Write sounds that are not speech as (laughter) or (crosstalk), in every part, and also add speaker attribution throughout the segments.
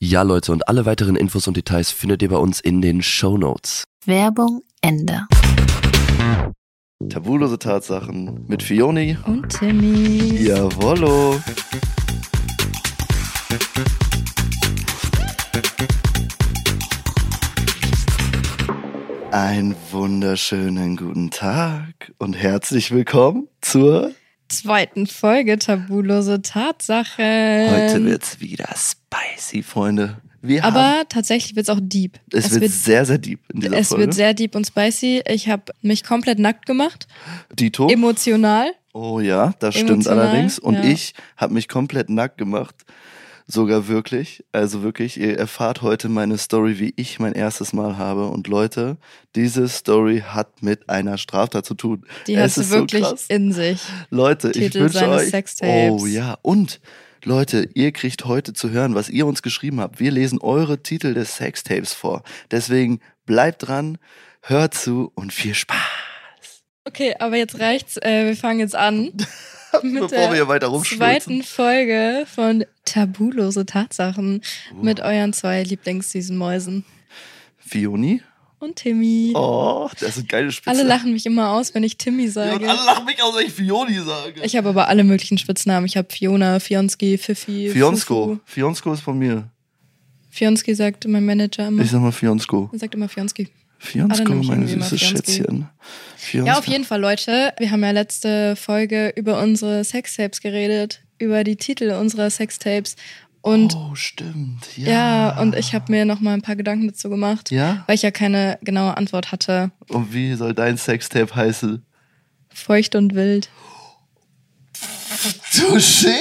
Speaker 1: Ja, Leute, und alle weiteren Infos und Details findet ihr bei uns in den Show Notes.
Speaker 2: Werbung Ende.
Speaker 1: Tabulose Tatsachen mit Fioni.
Speaker 2: Und Timmy.
Speaker 1: Jawollo. Einen wunderschönen guten Tag und herzlich willkommen zur
Speaker 3: Zweiten Folge Tabulose Tatsachen.
Speaker 1: Heute wird's wieder spicy, Freunde. Wir haben,
Speaker 3: Ähm, Aber tatsächlich wird's auch deep.
Speaker 1: es, wird, sehr, sehr deep in dieser
Speaker 3: es
Speaker 1: Folge.
Speaker 3: wird sehr deep und spicy. Ich habe mich komplett nackt gemacht,
Speaker 1: Dito.
Speaker 3: emotional.
Speaker 1: Oh ja, das stimmt
Speaker 3: Emotional,
Speaker 1: allerdings. Und
Speaker 3: ja.
Speaker 1: ich habe mich komplett nackt gemacht. Sogar wirklich. Also wirklich, ihr erfahrt heute meine Story, wie ich mein erstes Mal habe. Und Leute, diese Story hat mit einer Straftat zu tun.
Speaker 3: Die
Speaker 1: es
Speaker 3: hast du
Speaker 1: ist
Speaker 3: wirklich
Speaker 1: so krass.
Speaker 3: in sich.
Speaker 1: Leute, ich
Speaker 3: Titel
Speaker 1: wünsche
Speaker 3: seines
Speaker 1: euch.
Speaker 3: Sextapes.
Speaker 1: Oh ja, und Leute, ihr kriegt heute zu hören, was ihr uns geschrieben habt. Wir lesen eure Titel des Sextapes vor. Deswegen bleibt dran, hört zu und viel Spaß.
Speaker 3: Okay, aber jetzt reicht's. Äh, wir fangen jetzt an
Speaker 1: (laughs)
Speaker 3: mit
Speaker 1: Bevor
Speaker 3: der
Speaker 1: wir weiter rumstürzen.
Speaker 3: zweiten Folge von Tabulose Tatsachen
Speaker 1: Oh.
Speaker 3: mit euren zwei lieblingssüßen Mäusen
Speaker 1: Fioni?
Speaker 3: und Timmy.
Speaker 1: Oh, das sind geile Spitznamen.
Speaker 3: alle lachen mich immer aus, wenn ich Timmy
Speaker 1: Ja,
Speaker 3: sage.
Speaker 1: und alle lachen mich aus, wenn ich Fioni sage.
Speaker 3: ich habe aber alle möglichen Spitznamen. Ich habe Fiona, Fionski, Fifi,
Speaker 1: Fionsko.
Speaker 3: Fufu.
Speaker 1: Fionsko ist von mir.
Speaker 3: Fionski sagt mein Manager immer.
Speaker 1: Ich sag mal Fionsko.
Speaker 3: Er sagt immer Fionski. Alle
Speaker 1: Fionsko,
Speaker 3: nennen mich
Speaker 1: meine
Speaker 3: irgendwie immer
Speaker 1: süße
Speaker 3: Fionsko.
Speaker 1: Schätzchen. Fionsko.
Speaker 3: Ja, auf jeden Fall, Leute. Wir haben ja letzte Folge über unsere Sextapes geredet, über die Titel unserer Sextapes. Und
Speaker 1: Oh, stimmt. Ja,
Speaker 3: ja. und ich habe mir noch mal ein paar Gedanken dazu gemacht,
Speaker 1: Ja?
Speaker 3: weil ich ja keine genaue Antwort hatte.
Speaker 1: Und wie soll dein Sextape heißen?
Speaker 3: Feucht und wild.
Speaker 1: Touché,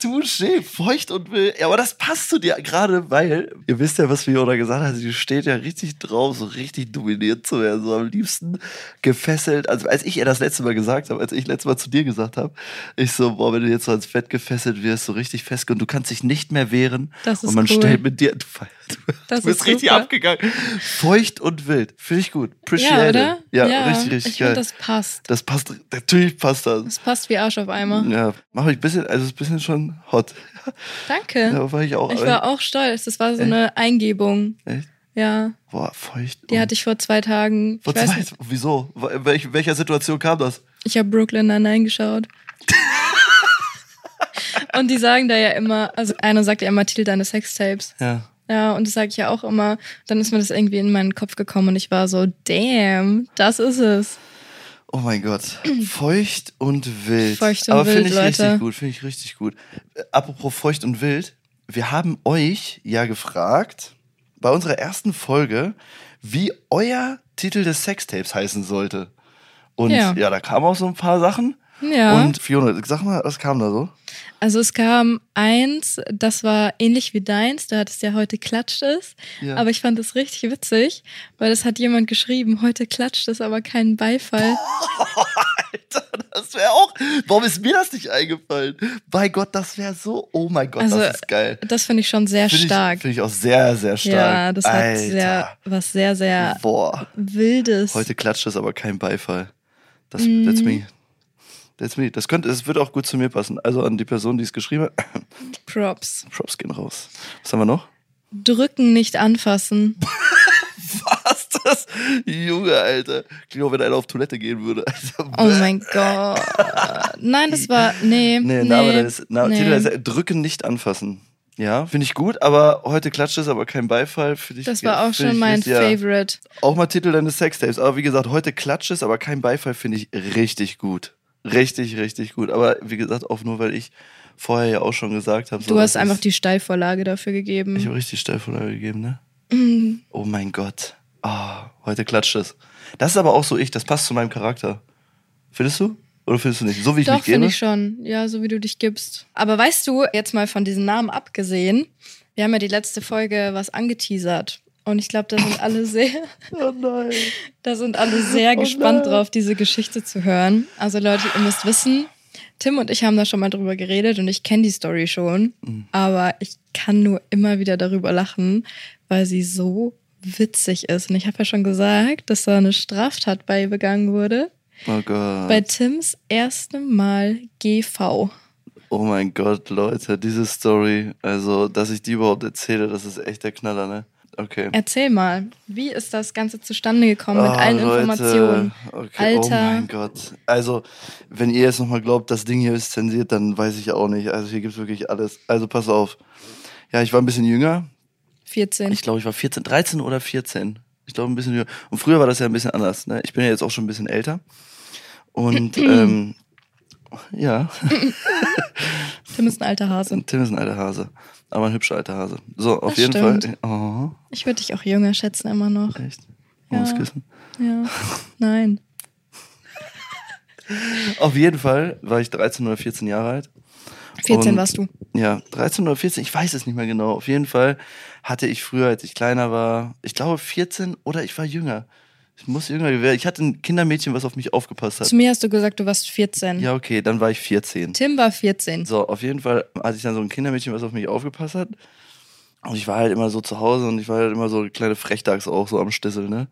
Speaker 1: touché, feucht und wild. Ja, aber das passt zu dir gerade, weil ihr wisst ja, was Fiona gesagt hat. Sie steht ja richtig drauf, so richtig dominiert zu werden, so am liebsten gefesselt. Also als ich ihr das letzte Mal gesagt habe, als ich letztes Mal zu dir gesagt habe, ich so, boah, wenn du jetzt so ans Bett gefesselt wirst, so richtig fest und du kannst dich nicht mehr wehren.
Speaker 3: Das ist
Speaker 1: und man
Speaker 3: cool.
Speaker 1: stellt mit dir, du, fe- du,
Speaker 3: Das
Speaker 1: du bist
Speaker 3: ist
Speaker 1: richtig
Speaker 3: super.
Speaker 1: abgegangen. Feucht und wild, finde ich gut. Appreciate
Speaker 3: ja,
Speaker 1: it.
Speaker 3: oder?
Speaker 1: Ja, richtig, richtig
Speaker 3: ich
Speaker 1: geil.
Speaker 3: finde, das passt.
Speaker 1: das passt, natürlich passt das.
Speaker 3: Das passt wie Arsch auf Eimer.
Speaker 1: Ja, mach ich ein bisschen, also ist ein bisschen schon hot.
Speaker 3: Danke.
Speaker 1: Ja, war ich auch.
Speaker 3: ich war auch stolz. Das war so eine Eingebung.
Speaker 1: Echt?
Speaker 3: Ja,
Speaker 1: Boah, feucht.
Speaker 3: die hatte ich vor zwei Tagen.
Speaker 1: Vor
Speaker 3: ich weiß
Speaker 1: zwei,
Speaker 3: nicht,
Speaker 1: wieso? Welch, welcher Situation kam das?
Speaker 3: Ich habe Brooklyn Nine-Nine geschaut. und die sagen da ja immer, also einer sagt ja immer Titel deines Sextapes.
Speaker 1: Ja.
Speaker 3: Ja, und das sage ich ja auch immer. Dann ist mir das irgendwie in meinen Kopf gekommen und ich war so, damn, das ist es.
Speaker 1: Oh mein Gott. Feucht und wild.
Speaker 3: Feucht und
Speaker 1: Aber
Speaker 3: wild,
Speaker 1: finde ich
Speaker 3: Leute.
Speaker 1: richtig gut, finde ich richtig gut. Äh, Apropos feucht und wild, wir haben euch ja gefragt, bei unserer ersten Folge, wie euer Titel des Sextapes heißen sollte. Und
Speaker 3: Ja.
Speaker 1: ja, da kamen auch so ein paar Sachen. Ja.
Speaker 4: Ja.
Speaker 1: Und Fiona, sag mal, was kam da so?
Speaker 3: Also es kam eins, das war ähnlich wie deins, da hattest ja heute klatscht es.
Speaker 1: Ja.
Speaker 3: Aber ich fand das richtig witzig, weil das hat jemand geschrieben, heute klatscht es, aber keinen Beifall.
Speaker 1: (laughs) Das wäre auch. Warum ist mir das nicht eingefallen? Mein Gott, das wäre so. Oh mein Gott,
Speaker 3: Also,
Speaker 1: das ist geil.
Speaker 3: Das finde ich schon sehr
Speaker 1: Finde ich,
Speaker 3: stark.
Speaker 1: Finde ich auch sehr, sehr stark.
Speaker 3: Ja, das
Speaker 1: Alter.
Speaker 3: hat sehr, was sehr, sehr
Speaker 1: Boah.
Speaker 3: Wildes.
Speaker 1: Heute klatscht es aber kein Beifall. Das,
Speaker 3: Mm.
Speaker 1: That's me. That's me. Das könnte, es wird auch gut zu mir passen. Also an die Person, die es geschrieben hat. (clears throat)
Speaker 3: Props.
Speaker 1: Props gehen raus. Was haben wir
Speaker 3: (laughs)
Speaker 1: noch?
Speaker 3: Drücken, nicht anfassen.
Speaker 1: Was das? Junge, Alter. Klingt auch, wenn einer auf Toilette gehen würde. (laughs)
Speaker 3: Oh mein Gott. Nein, das war. Nee.
Speaker 1: Nee,
Speaker 3: Nee,
Speaker 1: Name deines, Na,
Speaker 3: nee.
Speaker 1: Titel ist äh, Drücken nicht anfassen. Ja, finde ich gut, aber heute klatscht es aber kein Beifall. Find ich,
Speaker 3: Das war auch
Speaker 1: find
Speaker 3: schon
Speaker 1: ich-
Speaker 3: mein
Speaker 1: ja.
Speaker 3: Favorite.
Speaker 1: Auch mal Titel deines Sextapes. Aber wie gesagt, heute klatscht es, aber kein Beifall finde ich richtig gut. Richtig, richtig gut. Aber wie gesagt, auch nur, weil ich vorher ja auch schon gesagt habe. so,
Speaker 3: Du hast
Speaker 1: das
Speaker 3: einfach
Speaker 1: ist-
Speaker 3: die Steilvorlage dafür gegeben.
Speaker 1: Ich habe richtig Steilvorlage gegeben, ne?
Speaker 3: Mm,
Speaker 1: Oh mein Gott. Ah, heute klatscht es. Das ist aber auch so ich, das passt zu meinem Charakter. Findest du? Oder findest du nicht? So wie ich
Speaker 3: Doch,
Speaker 1: mich gebe?
Speaker 3: finde ich schon. Ja, so wie du dich gibst. Aber weißt du, jetzt mal von diesen Namen abgesehen, wir haben ja die letzte Folge was angeteasert. Und ich glaube, da sind alle (laughs) sehr,
Speaker 1: Oh nein.
Speaker 3: da sind alle sehr
Speaker 1: Oh
Speaker 3: gespannt
Speaker 1: nein.
Speaker 3: drauf, diese Geschichte zu hören. Also Leute, ihr müsst wissen, Tim und ich haben da schon mal drüber geredet und ich kenne die Story schon,
Speaker 1: Mhm.
Speaker 3: aber ich kann nur immer wieder darüber lachen, weil sie so witzig ist. Und ich habe ja schon gesagt, dass da eine Straftat bei begangen wurde.
Speaker 1: Oh Gott.
Speaker 3: Bei Tims erstem Mal GV.
Speaker 1: Oh mein Gott, Leute, diese Story, also, dass ich die überhaupt erzähle, das ist echt der Knaller, ne? Okay.
Speaker 3: Erzähl mal, wie ist das Ganze zustande gekommen mit
Speaker 1: Ah,
Speaker 3: allen
Speaker 1: Leute.
Speaker 3: Informationen?
Speaker 1: Okay. Oh
Speaker 3: Alter.
Speaker 1: mein Gott. Also, wenn ihr jetzt nochmal glaubt, das Ding hier ist zensiert, dann weiß ich auch nicht. Also, hier gibt's wirklich alles. Also, pass auf. Ja, ich war ein bisschen jünger.
Speaker 3: 14.
Speaker 1: Ich glaube, ich war 14, 13 oder 14. Ich glaube, ein bisschen jünger. Und früher war das ja ein bisschen anders, ne? Ich bin ja jetzt auch schon ein bisschen älter.
Speaker 3: (clears throat)
Speaker 1: Und, ähm, ja.
Speaker 3: Tim ist ein alter Hase.
Speaker 1: Tim ist ein alter Hase. Aber ein hübscher alter Hase. So, auf
Speaker 3: Das
Speaker 1: jeden
Speaker 3: stimmt.
Speaker 1: Fall. Oh.
Speaker 3: Ich würde dich auch jünger schätzen immer noch.
Speaker 1: Echt? Oh,
Speaker 3: Ja.
Speaker 1: Muss küssen. (laughs)
Speaker 3: Ja. Nein.
Speaker 1: Auf jeden Fall war ich 13 oder 14 Jahre alt.
Speaker 3: 14
Speaker 1: Und-
Speaker 3: warst du.
Speaker 1: Ja, 13 oder 14, ich weiß es nicht mehr genau. Auf jeden Fall hatte ich früher, als ich kleiner war, ich glaube 14 oder ich war jünger. Ich muss jünger werden. Ich hatte ein Kindermädchen, was auf mich aufgepasst hat.
Speaker 3: Zu mir hast du gesagt, du warst 14.
Speaker 1: Ja, okay, dann war ich 14.
Speaker 3: Tim war 14.
Speaker 1: So, auf jeden Fall hatte ich dann so ein Kindermädchen, was auf mich aufgepasst hat. Und ich war halt immer so zu Hause und ich war halt immer so eine kleine Frechdachs auch so am Stissel, ne?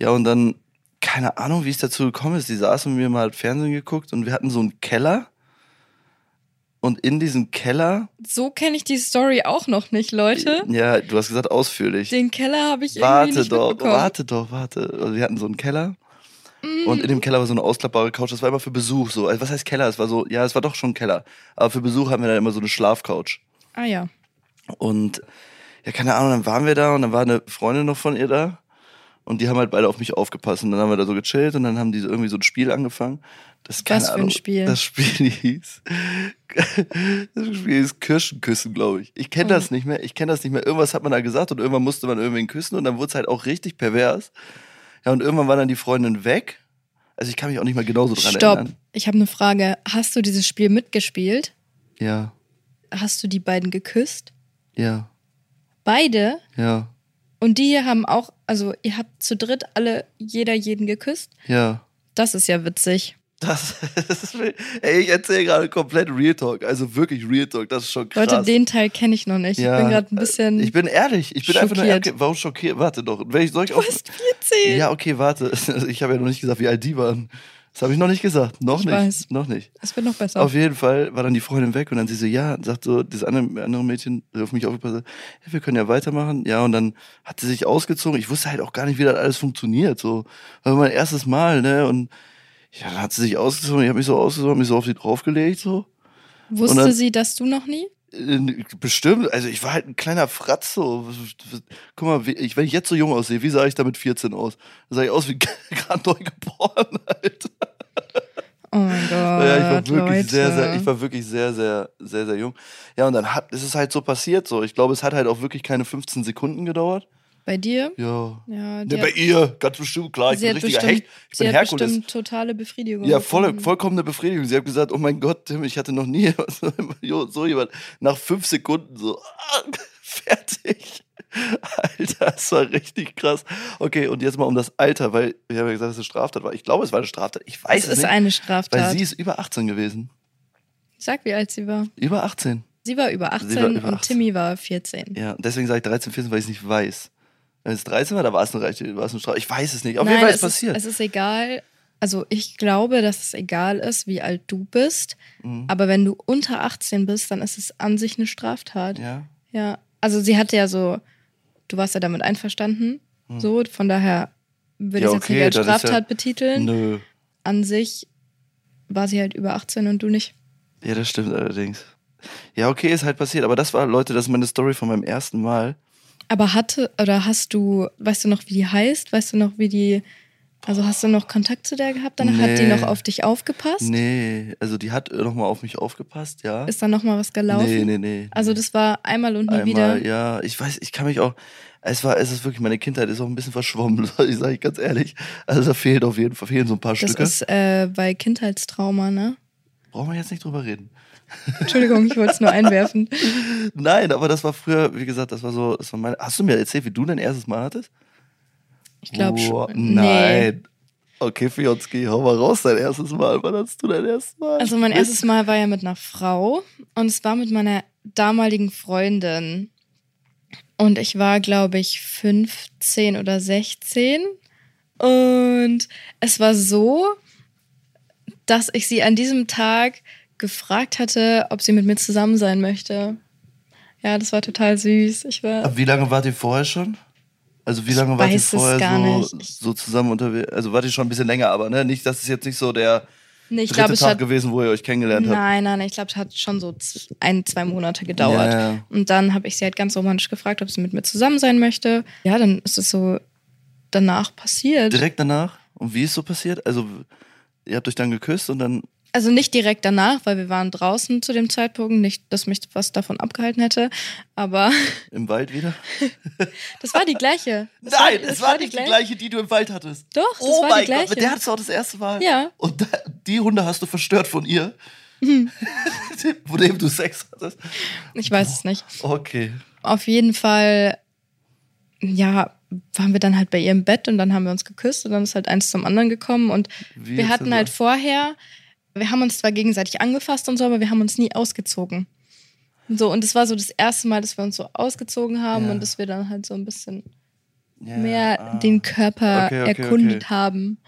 Speaker 1: Ja, und dann, keine Ahnung, wie es dazu gekommen ist. Die saß und wir mal Fernsehen geguckt und wir hatten so einen Keller. Und in diesem Keller,
Speaker 3: So kenne ich die Story auch noch nicht, Leute.
Speaker 1: ja, du hast gesagt ausführlich.
Speaker 3: Den Keller habe ich irgendwie
Speaker 1: Warte
Speaker 3: nicht
Speaker 1: doch,
Speaker 3: mitbekommen. Mm.
Speaker 1: warte doch, warte. Also wir hatten so einen Keller und in dem Keller war so eine ausklappbare Couch. Das war immer für Besuch so. Also was heißt Keller? Es war so, ja, es war doch schon ein Keller. Aber für Besuch hatten wir dann immer so eine Schlafcouch.
Speaker 3: Ah ja.
Speaker 1: Und ja, keine Ahnung, dann waren wir da und dann war eine Freundin noch von ihr da. Und die haben halt beide auf mich aufgepasst. Und dann haben wir da so gechillt und dann haben die so irgendwie so ein Spiel angefangen. Das, keine
Speaker 3: für ein
Speaker 1: Ahnung,
Speaker 3: Spiel?
Speaker 1: Das Spiel (laughs) hieß. Das Spiel hieß Kirschenküssen, glaube ich. Ich kenne
Speaker 3: Hm.
Speaker 1: das nicht mehr. Ich kenne das nicht mehr. Irgendwas hat man da gesagt und irgendwann musste man irgendwen küssen und dann wurde es halt auch richtig pervers. Ja, und irgendwann war dann die Freundin weg. Also ich kann mich auch nicht mehr genauso dran
Speaker 3: Stopp.
Speaker 1: erinnern.
Speaker 3: Ich habe eine Frage. Hast du dieses Spiel mitgespielt?
Speaker 1: Ja,
Speaker 3: Hast du die beiden geküsst?
Speaker 1: ja,
Speaker 3: Beide?
Speaker 1: ja,
Speaker 3: Und die hier haben auch, also ihr habt zu dritt alle, jeder jeden geküsst?
Speaker 1: ja.
Speaker 3: Das ist ja witzig.
Speaker 1: Das (laughs) ist, ey, ich erzähle gerade komplett Real Talk, also wirklich Real Talk, das ist schon krass.
Speaker 3: Leute, den Teil kenne ich noch nicht.
Speaker 1: Ja,
Speaker 3: ich bin gerade ein
Speaker 1: äh,
Speaker 3: bisschen.
Speaker 1: Ich bin ehrlich, ich bin einfach nur
Speaker 3: schockiert.
Speaker 1: ehrlich. Warum schockiert? Warte doch, wenn ich, soll ich
Speaker 3: du
Speaker 1: auch,
Speaker 3: hast 14.
Speaker 1: Ja, okay, warte. (laughs) Ich habe ja noch nicht gesagt, wie alt die waren. Das habe ich noch nicht gesagt. Noch
Speaker 3: Ich
Speaker 1: nicht.
Speaker 3: weiß.
Speaker 1: Noch nicht.
Speaker 3: Es wird noch besser.
Speaker 1: Auf jeden Fall war dann die Freundin weg und dann sie so, ja, sagt so, das andere, andere Mädchen die auf mich aufgepasst, hat, ja, wir können ja weitermachen. Ja, und dann hat sie sich ausgezogen. Ich wusste halt auch gar nicht, wie das alles funktioniert. So, war mein erstes Mal, ne? Und ja, dann hat sie sich ausgezogen, ich habe mich so ausgezogen, hab mich so auf sie draufgelegt, so.
Speaker 3: Wusste
Speaker 1: und dann-
Speaker 3: sie, dass du noch nie?
Speaker 1: Äh, Bestimmt, also ich war halt ein kleiner Fratz, so. Guck mal, wie- ich, wenn ich jetzt so jung aussehe, wie sah ich da mit 14 aus? Da sah ich aus wie (laughs) gerade neu geboren, Alter.
Speaker 3: Oh mein Gott.
Speaker 1: Ja, ich war wirklich
Speaker 3: Leute.
Speaker 1: sehr, sehr, ich war wirklich sehr, sehr, sehr, sehr jung. Ja, und dann hat, ist es halt so passiert, so. Ich glaube, es hat halt auch wirklich keine 15 Sekunden gedauert.
Speaker 3: Bei dir?
Speaker 1: Ja.
Speaker 3: Ja,
Speaker 1: Ne,
Speaker 3: die
Speaker 1: bei
Speaker 3: hat,
Speaker 1: ihr, ganz bestimmt, klar. Ich
Speaker 3: sie
Speaker 1: bin
Speaker 3: hat
Speaker 1: richtiger
Speaker 3: bestimmt,
Speaker 1: Hecht. Ich bin
Speaker 3: sie hat
Speaker 1: Herkules.
Speaker 3: bestimmt totale Befriedigung.
Speaker 1: Ja, voll,
Speaker 3: gefunden.
Speaker 1: vollkommene Befriedigung. Sie hat gesagt, oh mein Gott, Tim, ich hatte noch nie (laughs) so- jo- so jemand. Nach fünf Sekunden so, ah, (laughs) fertig. Alter, das war richtig krass. Okay, und jetzt mal um das Alter, weil ich habe ja gesagt, dass es eine Straftat war. Ich glaube, es war eine Straftat. Ich weiß
Speaker 3: Es
Speaker 1: es,
Speaker 3: ist
Speaker 1: nicht,
Speaker 3: eine
Speaker 1: ne? weil
Speaker 3: Straftat.
Speaker 1: sie ist über 18 gewesen.
Speaker 3: Sag, wie alt sie war.
Speaker 1: Über 18.
Speaker 3: Sie war über 18
Speaker 1: Sie war über
Speaker 3: und
Speaker 1: 18.
Speaker 3: Timmy war 14.
Speaker 1: Ja, und deswegen sage ich 13, 14, weil ich es nicht weiß. Wenn es 13 war, da war es eine, Reiche- war es eine Straftat. Ich weiß es nicht. Auf jeden Fall ist
Speaker 3: es
Speaker 1: es passiert.
Speaker 3: Ist, es ist egal. Also ich glaube, dass es egal ist, wie alt du bist.
Speaker 1: Mhm.
Speaker 3: Aber wenn du unter 18 bist, dann ist es an sich eine Straftat. Ja.
Speaker 1: ja.
Speaker 3: Also sie hatte ja so, du warst ja damit einverstanden.
Speaker 1: Hm.
Speaker 3: So, von daher würde
Speaker 1: Ja,
Speaker 3: ich es
Speaker 1: okay,
Speaker 3: jetzt nicht als
Speaker 1: dann ist ja-
Speaker 3: Straftat betiteln.
Speaker 1: Nö.
Speaker 3: An sich war sie halt über 18 und du nicht.
Speaker 1: Ja, das stimmt allerdings. Ja, okay, ist halt passiert. Aber das war, Leute, das ist meine Story von meinem ersten Mal.
Speaker 3: Aber hatte oder hast du, weißt du noch, wie die heißt? Weißt du noch, wie die, also hast du noch Kontakt zu der gehabt? Danach hat die
Speaker 1: Nee.
Speaker 3: noch auf dich aufgepasst?
Speaker 1: Nee, also die hat nochmal auf mich aufgepasst, ja.
Speaker 3: Ist da noch mal was gelaufen?
Speaker 1: Nee, nee, nee.
Speaker 3: Also das war einmal und nie wieder.
Speaker 1: Einmal, ja, ich weiß, ich kann mich auch. Es war, es ist wirklich, meine Kindheit ist auch ein bisschen verschwommen, (laughs) sag ich, sag ich ganz ehrlich. Also da fehlen auf jeden Fall fehlen so ein paar
Speaker 3: das
Speaker 1: Stücke.
Speaker 3: ist äh, bei Kindheitstrauma, ne?
Speaker 1: Brauchen wir jetzt nicht drüber reden.
Speaker 3: Entschuldigung, ich wollte es nur einwerfen.
Speaker 1: Nein, aber das war früher, wie gesagt, das war so, das war meine. Hast du mir erzählt, wie du dein erstes Mal hattest?
Speaker 3: Ich glaube
Speaker 1: Boah,
Speaker 3: schon. Nee.
Speaker 1: Nein. Okay, Fionski, hau mal raus, dein erstes Mal. Wann hattest du dein erstes Mal?
Speaker 3: Also mein erstes Mal war ja mit einer Frau und es war mit meiner damaligen Freundin. Und ich war, glaube ich, 15 oder 16. Und es war so, dass ich sie an diesem Tag gefragt hatte, ob sie mit mir zusammen sein möchte. Ja, das war total süß. Ich war
Speaker 1: Aber wie lange wart ihr vorher schon? Also wie
Speaker 3: Ich
Speaker 1: lange wart ihr
Speaker 3: weiß es gar
Speaker 1: vorher so,
Speaker 3: nicht. Ich-
Speaker 1: so zusammen unterwegs? Also wart ihr schon ein bisschen länger, aber ne? Nicht, das ist jetzt nicht so der
Speaker 3: Nee, ich
Speaker 1: dritte
Speaker 3: glaube, es
Speaker 1: Tag
Speaker 3: hat.
Speaker 1: gewesen, wo ihr euch kennengelernt habt.
Speaker 3: Nein, nein, ich glaube, es hat schon so z- ein, zwei Monate gedauert.
Speaker 1: Ja, ja.
Speaker 3: Und dann habe ich sie halt ganz romantisch gefragt, ob sie mit mir zusammen sein möchte. Ja, dann ist es so danach passiert.
Speaker 1: Direkt danach? Und wie ist so passiert? Also ihr habt euch dann geküsst und dann
Speaker 3: Also nicht direkt danach, weil wir waren draußen zu dem Zeitpunkt. Nicht, dass mich was davon abgehalten hätte. Aber (laughs)
Speaker 1: im Wald wieder?
Speaker 3: das war die gleiche. Das
Speaker 1: Nein,
Speaker 3: das
Speaker 1: es war nicht die gleiche, die du im Wald hattest.
Speaker 3: Doch, das
Speaker 1: oh
Speaker 3: war die
Speaker 1: mein
Speaker 3: gleiche.
Speaker 1: Gott, mit der hattest du auch das erste Mal.
Speaker 3: Ja.
Speaker 1: Und da, die Hunde hast du verstört von ihr.
Speaker 3: Mhm.
Speaker 1: (laughs) Mit dem du Sex hattest.
Speaker 3: Ich weiß es nicht.
Speaker 1: Okay.
Speaker 3: Auf jeden Fall, ja, waren wir dann halt bei ihr im Bett und dann haben wir uns geküsst und dann ist halt eins zum anderen gekommen und
Speaker 1: Wie
Speaker 3: wir
Speaker 1: ist
Speaker 3: hatten
Speaker 1: das?
Speaker 3: halt vorher, wir haben uns zwar gegenseitig angefasst und so, aber wir haben uns nie ausgezogen. So, und es war so das erste Mal, dass wir uns so ausgezogen haben
Speaker 1: Ja.
Speaker 3: und dass wir dann halt so ein bisschen
Speaker 1: Ja,
Speaker 3: mehr
Speaker 1: ah.
Speaker 3: den Körper
Speaker 1: Okay, okay,
Speaker 3: erkundet
Speaker 1: okay.
Speaker 3: haben.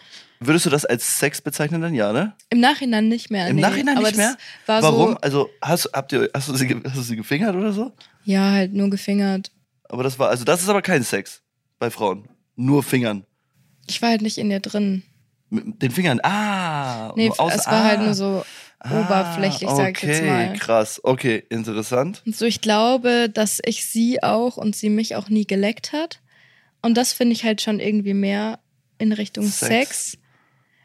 Speaker 1: Würdest du das als Sex bezeichnen dann? Ja, ne?
Speaker 3: Im Nachhinein nicht mehr.
Speaker 1: Im
Speaker 3: nee.
Speaker 1: Nachhinein
Speaker 3: aber
Speaker 1: nicht
Speaker 3: das
Speaker 1: mehr?
Speaker 3: War
Speaker 1: Warum?
Speaker 3: So,
Speaker 1: Also, hast, habt ihr, hast, du sie, ge- hast du sie gefingert oder so?
Speaker 3: ja, halt nur gefingert.
Speaker 1: Aber das war, also das ist aber kein Sex bei Frauen. Nur Fingern.
Speaker 3: Ich war halt nicht in ihr drin.
Speaker 1: Mit den Fingern. Ah.
Speaker 3: Nee,
Speaker 1: nur außen-
Speaker 3: es war halt
Speaker 1: ah,
Speaker 3: nur so oberflächlich, sag ich jetzt
Speaker 1: okay,
Speaker 3: mal.
Speaker 1: krass. Okay, interessant.
Speaker 3: Und so, ich glaube, dass ich sie auch und sie mich auch nie geleckt hat. Und das finde ich halt schon irgendwie mehr in Richtung
Speaker 1: Sex.
Speaker 3: Sex.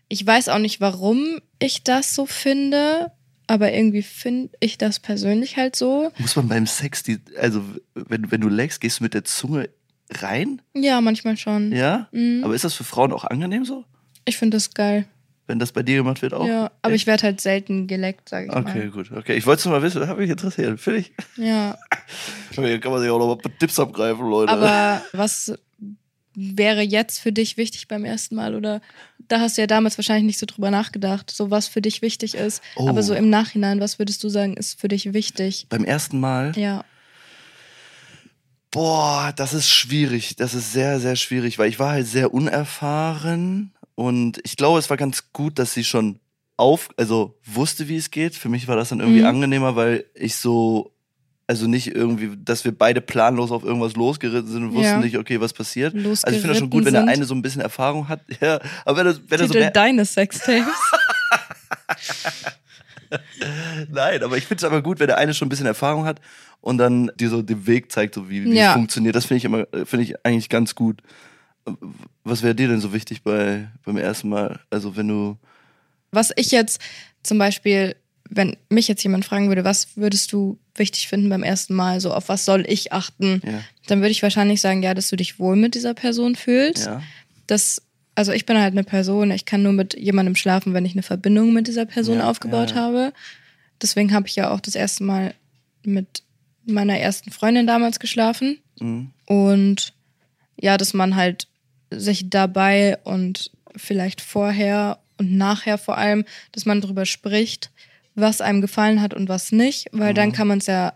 Speaker 3: Ich weiß auch nicht, warum ich das so finde, aber irgendwie finde ich das persönlich halt so.
Speaker 1: Muss man beim Sex, die, also wenn, wenn du leckst, gehst du mit der Zunge rein?
Speaker 3: Ja, manchmal schon.
Speaker 1: Ja?
Speaker 3: Mhm.
Speaker 1: Aber ist das für Frauen auch angenehm so?
Speaker 3: ich finde das geil.
Speaker 1: Wenn das bei dir gemacht wird auch?
Speaker 3: ja, aber ich
Speaker 1: Echt?
Speaker 3: werde halt selten geleckt, sage ich
Speaker 1: Okay, gut. Okay, ich wollte es nur mal wissen, das hat mich interessiert. Finde ich. (laughs)
Speaker 3: mal. Ja,
Speaker 1: Hier kann man sich auch noch mal ein paar Tipps abgreifen, Leute.
Speaker 3: aber was wäre jetzt für dich wichtig beim ersten Mal oder da hast du ja damals wahrscheinlich nicht so drüber nachgedacht, so was für dich wichtig ist.
Speaker 1: Oh.
Speaker 3: Aber so im Nachhinein, was würdest du sagen, ist für dich wichtig?
Speaker 1: beim ersten Mal.
Speaker 3: Ja.
Speaker 1: Boah, das ist schwierig. Das ist sehr, sehr schwierig, weil ich war halt sehr unerfahren und ich glaube, es war ganz gut, dass sie schon auf, also wusste, wie es geht. Für mich war das dann irgendwie
Speaker 3: Mhm.
Speaker 1: angenehmer, weil ich so, also nicht irgendwie, dass wir beide planlos auf irgendwas losgeritten sind und wussten
Speaker 3: Ja.
Speaker 1: nicht, okay, was passiert.
Speaker 3: Losgeritten
Speaker 1: Also ich finde das schon gut, wenn
Speaker 3: sind.
Speaker 1: der eine so ein bisschen Erfahrung hat. (laughs) Ja, aber wenn er, wenn er so
Speaker 3: Titel
Speaker 1: mehr,
Speaker 3: deines
Speaker 1: (laughs)
Speaker 3: Sextapes.
Speaker 1: Nein, aber ich finde es aber gut, wenn der eine schon ein bisschen Erfahrung hat und dann dir so den Weg zeigt, so wie, wie
Speaker 3: Ja.
Speaker 1: es funktioniert. Das finde ich immer, finde ich eigentlich ganz gut. Was wäre dir denn so wichtig bei, beim ersten Mal? Also wenn du.
Speaker 3: was ich jetzt zum Beispiel wenn mich jetzt jemand fragen würde, was würdest du wichtig finden beim ersten Mal, so auf was soll ich achten,
Speaker 1: Ja.
Speaker 3: dann würde ich wahrscheinlich sagen, ja, dass du dich wohl mit dieser Person fühlst.
Speaker 1: Ja.
Speaker 3: Dass, also ich bin halt eine Person, ich kann nur mit jemandem schlafen, wenn ich eine Verbindung mit dieser Person
Speaker 1: Ja,
Speaker 3: aufgebaut
Speaker 1: ja, ja.
Speaker 3: habe. Deswegen habe ich ja auch das erste Mal mit meiner ersten Freundin damals geschlafen.
Speaker 1: Mhm.
Speaker 3: Und ja, dass man halt sich dabei und vielleicht vorher und nachher vor allem, dass man drüber spricht, was einem gefallen hat und was nicht, weil
Speaker 1: Mhm.
Speaker 3: dann kann man es ja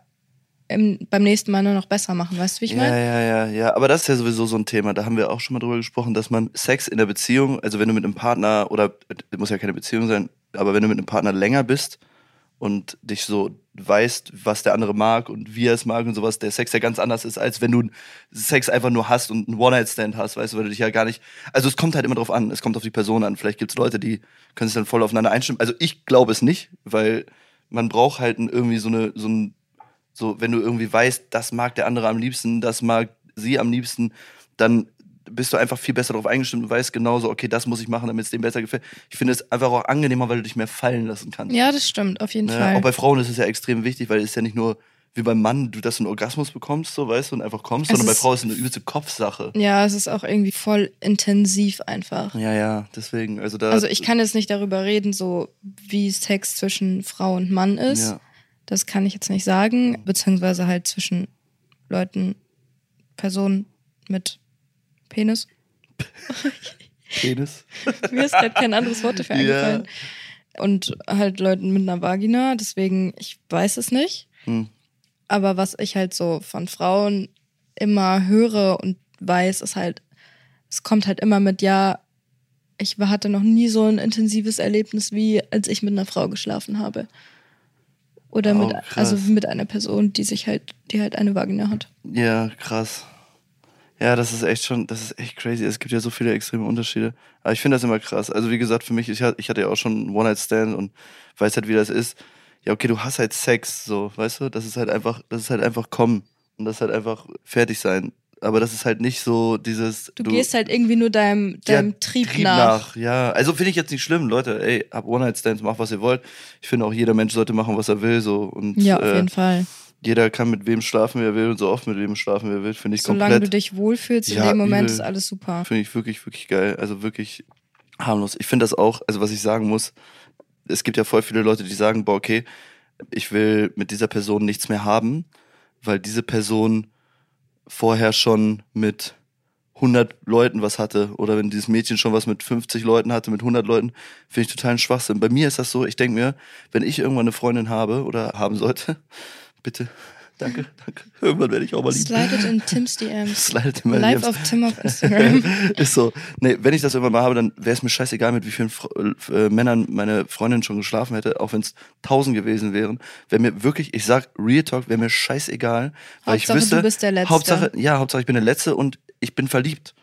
Speaker 3: im, beim nächsten Mal nur noch besser machen, weißt du, wie ich
Speaker 1: ja,
Speaker 3: meine?
Speaker 1: ja, ja, ja. Aber das ist ja sowieso so ein Thema. Da haben wir auch schon mal drüber gesprochen, dass man Sex in der Beziehung, also wenn du mit einem Partner oder äh, muss ja keine Beziehung sein, aber wenn du mit einem Partner länger bist und dich so weißt, was der andere mag und wie er es mag und sowas, der Sex ja ganz anders ist, als wenn du Sex einfach nur hast und einen One-Night-Stand hast, weißt du, weil du dich ja gar nicht. Also es kommt halt immer drauf an, es kommt auf die Person an. Vielleicht gibt es Leute, die können sich dann voll aufeinander einstimmen. Also ich glaube es nicht, weil man braucht halt irgendwie so eine, so ein so, wenn du irgendwie weißt, das mag der andere am liebsten, das mag sie am liebsten, dann bist du einfach viel besser darauf eingestimmt und weißt genauso, okay, das muss ich machen, damit es dem besser gefällt. Ich finde es einfach auch angenehmer, weil du dich mehr fallen lassen kannst.
Speaker 3: Ja, das stimmt, auf jeden
Speaker 1: Ne?
Speaker 3: Fall.
Speaker 1: Auch bei Frauen ist es ja extrem wichtig, weil es ist ja nicht nur wie beim Mann, du, dass du einen Orgasmus bekommst, so weißt du, und einfach kommst,
Speaker 3: Es
Speaker 1: sondern bei
Speaker 3: ist-
Speaker 1: Frauen ist es eine übelste Kopfsache.
Speaker 3: ja, es ist auch irgendwie voll intensiv einfach.
Speaker 1: Ja, ja, deswegen. Also, da,
Speaker 3: Also ich kann jetzt nicht darüber reden, so wie Sex zwischen Frau und Mann ist.
Speaker 1: Ja.
Speaker 3: Das kann ich jetzt nicht sagen, beziehungsweise halt zwischen Leuten, Personen mit Penis.
Speaker 1: Penis.
Speaker 3: (laughs) Mir ist gerade kein anderes Wort dafür
Speaker 1: Ja.
Speaker 3: eingefallen. Und halt Leuten mit einer Vagina, deswegen, ich weiß es nicht.
Speaker 1: Hm.
Speaker 3: Aber was ich halt so von Frauen immer höre und weiß, ist halt, es kommt halt immer mit, ja, ich hatte noch nie so ein intensives Erlebnis, wie als ich mit einer Frau geschlafen habe. Oder
Speaker 1: Oh,
Speaker 3: mit, also
Speaker 1: krass.
Speaker 3: mit einer Person, die sich halt, die halt eine Vagina hat.
Speaker 1: Ja, krass. Ja, das ist echt schon, das ist echt crazy. Es gibt ja so viele extreme Unterschiede. Aber ich finde das immer krass. Also, wie gesagt, für mich, ich, hat- ich hatte ja auch schon einen One-Night-Stand und weiß halt, wie das ist. Ja, okay, du hast halt Sex, so, weißt du? Das ist halt einfach, das ist halt einfach kommen und das ist halt einfach fertig sein. Aber das ist halt nicht so dieses.
Speaker 3: Du, gehst halt irgendwie nur deinem,
Speaker 1: Ja,
Speaker 3: deinem Trieb, nach.
Speaker 1: Ja, also finde ich jetzt nicht schlimm, Leute. Ey, hab One-Night-Stands, mach was ihr wollt. Ich finde auch, jeder Mensch sollte machen, was er will, so. Und
Speaker 3: Ja, auf
Speaker 1: äh,
Speaker 3: jeden Fall.
Speaker 1: jeder kann mit wem schlafen, wie er will und so oft mit wem schlafen, wie er will. Finde ich
Speaker 3: Solange
Speaker 1: komplett.
Speaker 3: du dich wohlfühlst, in
Speaker 1: Ja,
Speaker 3: dem Moment
Speaker 1: übel.
Speaker 3: ist alles super.
Speaker 1: Finde ich wirklich, wirklich geil. Also wirklich harmlos. Ich finde das auch, also was ich sagen muss, es gibt ja voll viele Leute, die sagen, boah, okay, ich will mit dieser Person nichts mehr haben, weil diese Person vorher schon mit 100 Leuten was hatte oder wenn dieses Mädchen schon was mit 50 Leuten hatte, mit 100 Leuten, finde ich totalen Schwachsinn. Bei mir ist das so, ich denke mir, wenn ich irgendwann eine Freundin habe oder haben sollte, (laughs) bitte, danke, danke, irgendwann werde ich auch mal lieb.
Speaker 3: Slidet in
Speaker 1: (laughs)
Speaker 3: Tims DMs.
Speaker 1: Slidet in meine
Speaker 3: Live
Speaker 1: DMs.
Speaker 3: auf
Speaker 1: (laughs)
Speaker 3: Tim auf Instagram.
Speaker 1: ist so. Nee, wenn ich das irgendwann mal habe, dann wäre es mir scheißegal, mit wie vielen Fr äh, Männern meine Freundin schon geschlafen hätte, auch wenn es tausend gewesen wären. Wäre mir wirklich, ich sag Real Talk, wäre mir scheißegal, weil
Speaker 3: Hauptsache,
Speaker 1: ich wüsste,
Speaker 3: du bist der Letzte.
Speaker 1: Hauptsache, ja, Hauptsache ich bin der Letzte und ich bin verliebt.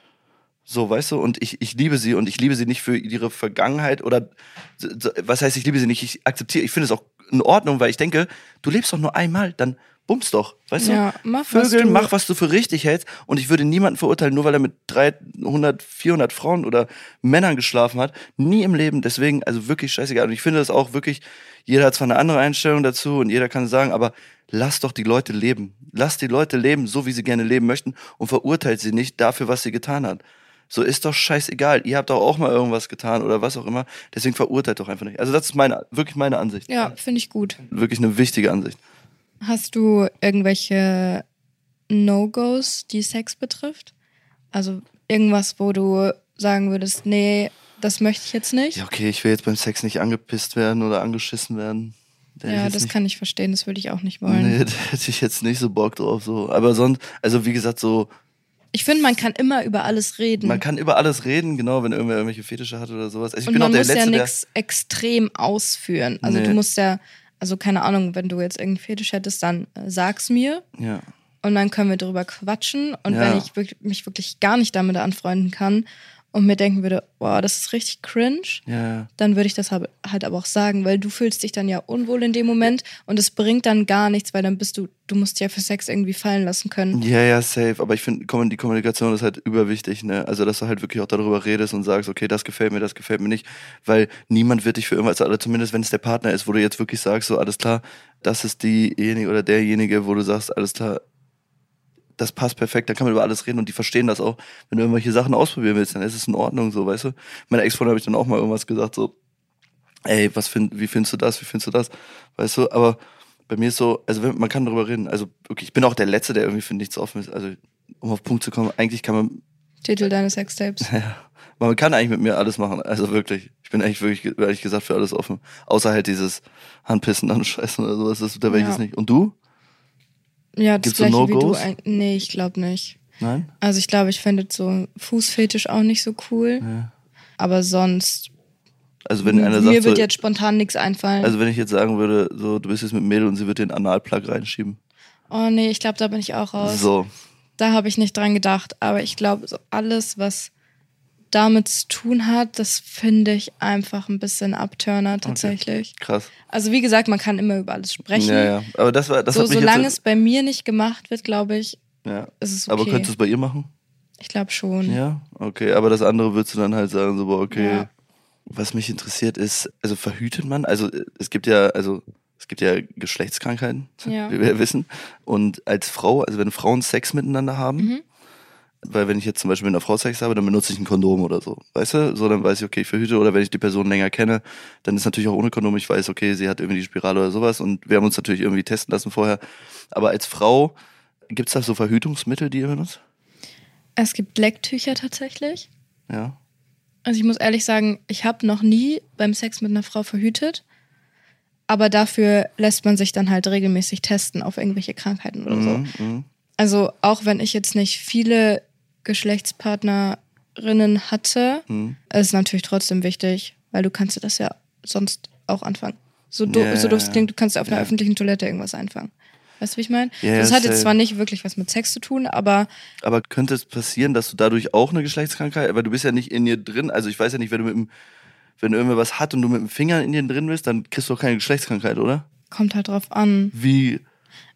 Speaker 1: So, weißt du, und ich, ich liebe sie und ich liebe sie nicht für ihre Vergangenheit oder so- so- was heißt, ich liebe sie nicht, ich akzeptiere, ich finde es auch in Ordnung, weil ich denke, du lebst doch nur einmal, dann bummst doch, weißt
Speaker 3: Ja,
Speaker 1: du?
Speaker 3: mach, was
Speaker 1: Also, Vögel,
Speaker 3: du-
Speaker 1: mach, was du für richtig hältst. Und ich würde niemanden verurteilen, nur weil er mit 300, 400 Frauen oder Männern geschlafen hat. Nie im Leben. Deswegen, also wirklich scheißegal. Und ich finde das auch wirklich, jeder hat zwar eine andere Einstellung dazu und jeder kann sagen, aber lass doch die Leute leben. Lass die Leute leben, so wie sie gerne leben möchten und verurteilt sie nicht dafür, was sie getan hat. So ist doch scheißegal. Ihr habt doch auch mal irgendwas getan oder was auch immer. Deswegen verurteilt doch einfach nicht. Also das ist meine, wirklich meine Ansicht.
Speaker 3: Ja, finde ich gut.
Speaker 1: Wirklich eine wichtige Ansicht.
Speaker 3: Hast du irgendwelche No-Gos, die Sex betrifft? Also irgendwas, wo du sagen würdest, nee, das möchte ich jetzt nicht?
Speaker 1: Ja,
Speaker 3: Ja,
Speaker 1: okay, ich will jetzt beim Sex nicht angepisst werden oder angeschissen werden. Da hätte ich jetzt
Speaker 3: das
Speaker 1: nicht,
Speaker 3: kann ich verstehen, das würde ich auch nicht wollen.
Speaker 1: Nee, (laughs) da hätte ich jetzt nicht so Bock drauf. So. Aber sonst, also wie gesagt, so,
Speaker 3: Ich finde, man kann immer über alles reden.
Speaker 1: man kann über alles reden, genau, wenn irgendwer irgendwelche Fetische hat oder sowas. Also ich
Speaker 3: Mhm. Und
Speaker 1: bin auch
Speaker 3: man
Speaker 1: der
Speaker 3: muss ja
Speaker 1: Letzte, der.
Speaker 3: nichts extrem ausführen. Also
Speaker 1: Nee.
Speaker 3: du musst ja, also keine Ahnung, wenn du jetzt irgendeinen Fetisch hättest, dann äh, sag's mir.
Speaker 1: Ja.
Speaker 3: und dann können wir drüber quatschen. Und
Speaker 1: Ja.
Speaker 3: wenn ich wirk- mich wirklich gar nicht damit anfreunden kann und mir denken würde, wow, das ist richtig cringe,
Speaker 1: Ja,
Speaker 3: dann würde ich das hab- halt aber auch sagen, weil du fühlst dich dann ja unwohl in dem Moment und es bringt dann gar nichts, weil dann bist du, du musst dich ja für Sex irgendwie fallen lassen können.
Speaker 1: ja, ja, safe. Aber ich finde, Kommu- die Kommunikation ist halt überwichtig, ne? Also, dass du halt wirklich auch darüber redest und sagst, okay, das gefällt mir, das gefällt mir nicht. Weil niemand wird dich für irgendwas, oder zumindest wenn es der Partner ist, wo du jetzt wirklich sagst, so, alles klar, das ist diejenige oder derjenige, wo du sagst, alles klar, das passt perfekt, da kann man über alles reden und die verstehen das auch. Wenn du irgendwelche Sachen ausprobieren willst, dann ist es in Ordnung, so, weißt du? Meiner Ex-Freundin habe ich dann auch mal irgendwas gesagt, so, ey, was find, wie findest du das, wie findest du das, weißt du? Aber bei mir ist so, also wenn, man kann darüber reden. Also wirklich, ich bin auch der Letzte, der irgendwie für nichts offen ist. Also um auf den Punkt zu kommen, eigentlich kann man,
Speaker 3: Titel deines Sextapes.
Speaker 1: man kann eigentlich mit mir alles machen. Also wirklich, ich bin eigentlich wirklich, ehrlich gesagt, für alles offen. Außer halt dieses Handpissen, Anscheißen oder sowas, das, da wäre ich
Speaker 3: Ja.
Speaker 1: jetzt nicht. Und du?
Speaker 3: Ja, das
Speaker 1: Gibt's so
Speaker 3: gleiche wie du.
Speaker 1: No-Gos?
Speaker 3: ein- Nee, ich glaube nicht.
Speaker 1: Nein?
Speaker 3: Also ich glaube, ich finde so Fußfetisch auch nicht so cool.
Speaker 1: Ja.
Speaker 3: Aber sonst,
Speaker 1: Also wenn einer
Speaker 3: mir
Speaker 1: sagt, so,
Speaker 3: wird jetzt spontan nichts einfallen.
Speaker 1: also wenn ich jetzt sagen würde, so, du bist jetzt mit einem Mädel und sie wird dir einen Analplug reinschieben.
Speaker 3: oh nee, ich glaube, da bin ich auch raus.
Speaker 1: So.
Speaker 3: Da habe ich nicht dran gedacht. Aber ich glaube, so alles, was damit zu tun hat, das finde ich einfach ein bisschen Abturner tatsächlich.
Speaker 1: Krass.
Speaker 3: Also wie gesagt, man kann immer über alles sprechen.
Speaker 1: Ja, ja. Aber das war, das
Speaker 3: so,
Speaker 1: hat mich
Speaker 3: solange
Speaker 1: jetzt, halt
Speaker 3: es bei mir nicht gemacht wird, glaube ich,
Speaker 1: ja.
Speaker 3: ist es okay.
Speaker 1: Aber könntest du es bei ihr machen?
Speaker 3: ich glaube schon.
Speaker 1: Ja, okay. Aber das andere würdest du dann halt sagen, so, boah, okay.
Speaker 3: Ja.
Speaker 1: Was mich interessiert ist, also verhütet man, also äh, es gibt ja, also es gibt ja Geschlechtskrankheiten,
Speaker 3: Ja.
Speaker 1: wie wir ja wissen. Und als Frau, also wenn Frauen Sex miteinander haben,
Speaker 3: Mhm.
Speaker 1: weil wenn ich jetzt zum Beispiel mit einer Frau Sex habe, dann benutze ich ein Kondom oder so. Weißt du? So, dann weiß ich, okay, ich verhüte. Oder wenn ich die Person länger kenne, dann ist natürlich auch ohne Kondom, ich weiß, okay, sie hat irgendwie die Spirale oder sowas. Und wir haben uns natürlich irgendwie testen lassen vorher. Aber als Frau, gibt's da so Verhütungsmittel, die ihr benutzt?
Speaker 3: Es gibt Lecktücher tatsächlich.
Speaker 1: Ja.
Speaker 3: Also ich muss ehrlich sagen, ich habe noch nie beim Sex mit einer Frau verhütet. Aber dafür lässt man sich dann halt regelmäßig testen auf irgendwelche Krankheiten oder so.
Speaker 1: Mhm, mhm.
Speaker 3: Also auch wenn ich jetzt nicht viele Geschlechtspartnerinnen hatte,
Speaker 1: Mhm.
Speaker 3: ist natürlich trotzdem wichtig, weil du kannst dir das ja sonst auch anfangen. So, do,
Speaker 1: Ja,
Speaker 3: so doof es klingt, du kannst auf einer
Speaker 1: ja.
Speaker 3: öffentlichen Toilette irgendwas einfangen. Weißt du, wie ich meine?
Speaker 1: Ja,
Speaker 3: das
Speaker 1: ja,
Speaker 3: hat jetzt
Speaker 1: safe.
Speaker 3: zwar nicht wirklich was mit Sex zu tun, aber
Speaker 1: Aber könnte es passieren, dass du dadurch auch eine Geschlechtskrankheit, weil du bist ja nicht in dir drin, also ich weiß ja nicht, wenn du mit dem, wenn irgendwer was hat und du mit dem Finger in dir drin bist, dann kriegst du auch keine Geschlechtskrankheit, oder?
Speaker 3: kommt halt drauf an.
Speaker 1: Wie,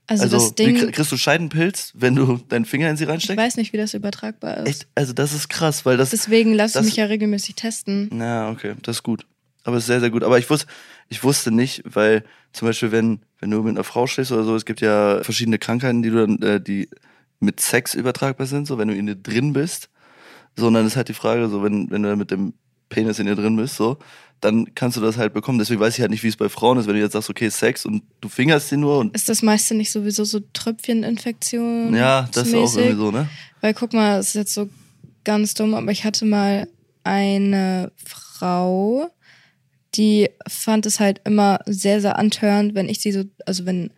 Speaker 3: Also,
Speaker 1: also,
Speaker 3: das
Speaker 1: wie, krie-
Speaker 3: Ding,
Speaker 1: kriegst du Scheidenpilz, wenn du deinen Finger in sie
Speaker 3: ich
Speaker 1: reinsteckst?
Speaker 3: weiß nicht, wie das übertragbar ist.
Speaker 1: Echt, also das ist krass, weil das,
Speaker 3: Deswegen lasse
Speaker 1: das-
Speaker 3: ich mich ja regelmäßig testen.
Speaker 1: na, okay, das ist gut. Aber es ist sehr, sehr gut. Aber ich wusste, ich wusste nicht, weil zum Beispiel, wenn, wenn du mit einer Frau schläfst oder so, es gibt ja verschiedene Krankheiten, die du dann, äh, die mit Sex übertragbar sind, so wenn du in dir drin bist. Sondern ist halt die Frage, so wenn, wenn du mit dem Penis in dir drin bist, so, dann kannst du das halt bekommen. Deswegen weiß ich halt nicht, wie es bei Frauen ist, wenn du jetzt sagst, okay, Sex und du fingerst den nur und
Speaker 3: Ist das meiste nicht sowieso so Tröpfcheninfektion?
Speaker 1: ja, das ist auch
Speaker 3: mäßig?
Speaker 1: irgendwie so, ne?
Speaker 3: Weil guck mal, es ist jetzt so ganz dumm, aber ich hatte mal eine Frau, die fand es halt immer sehr, sehr antörend, wenn ich sie so, also wenn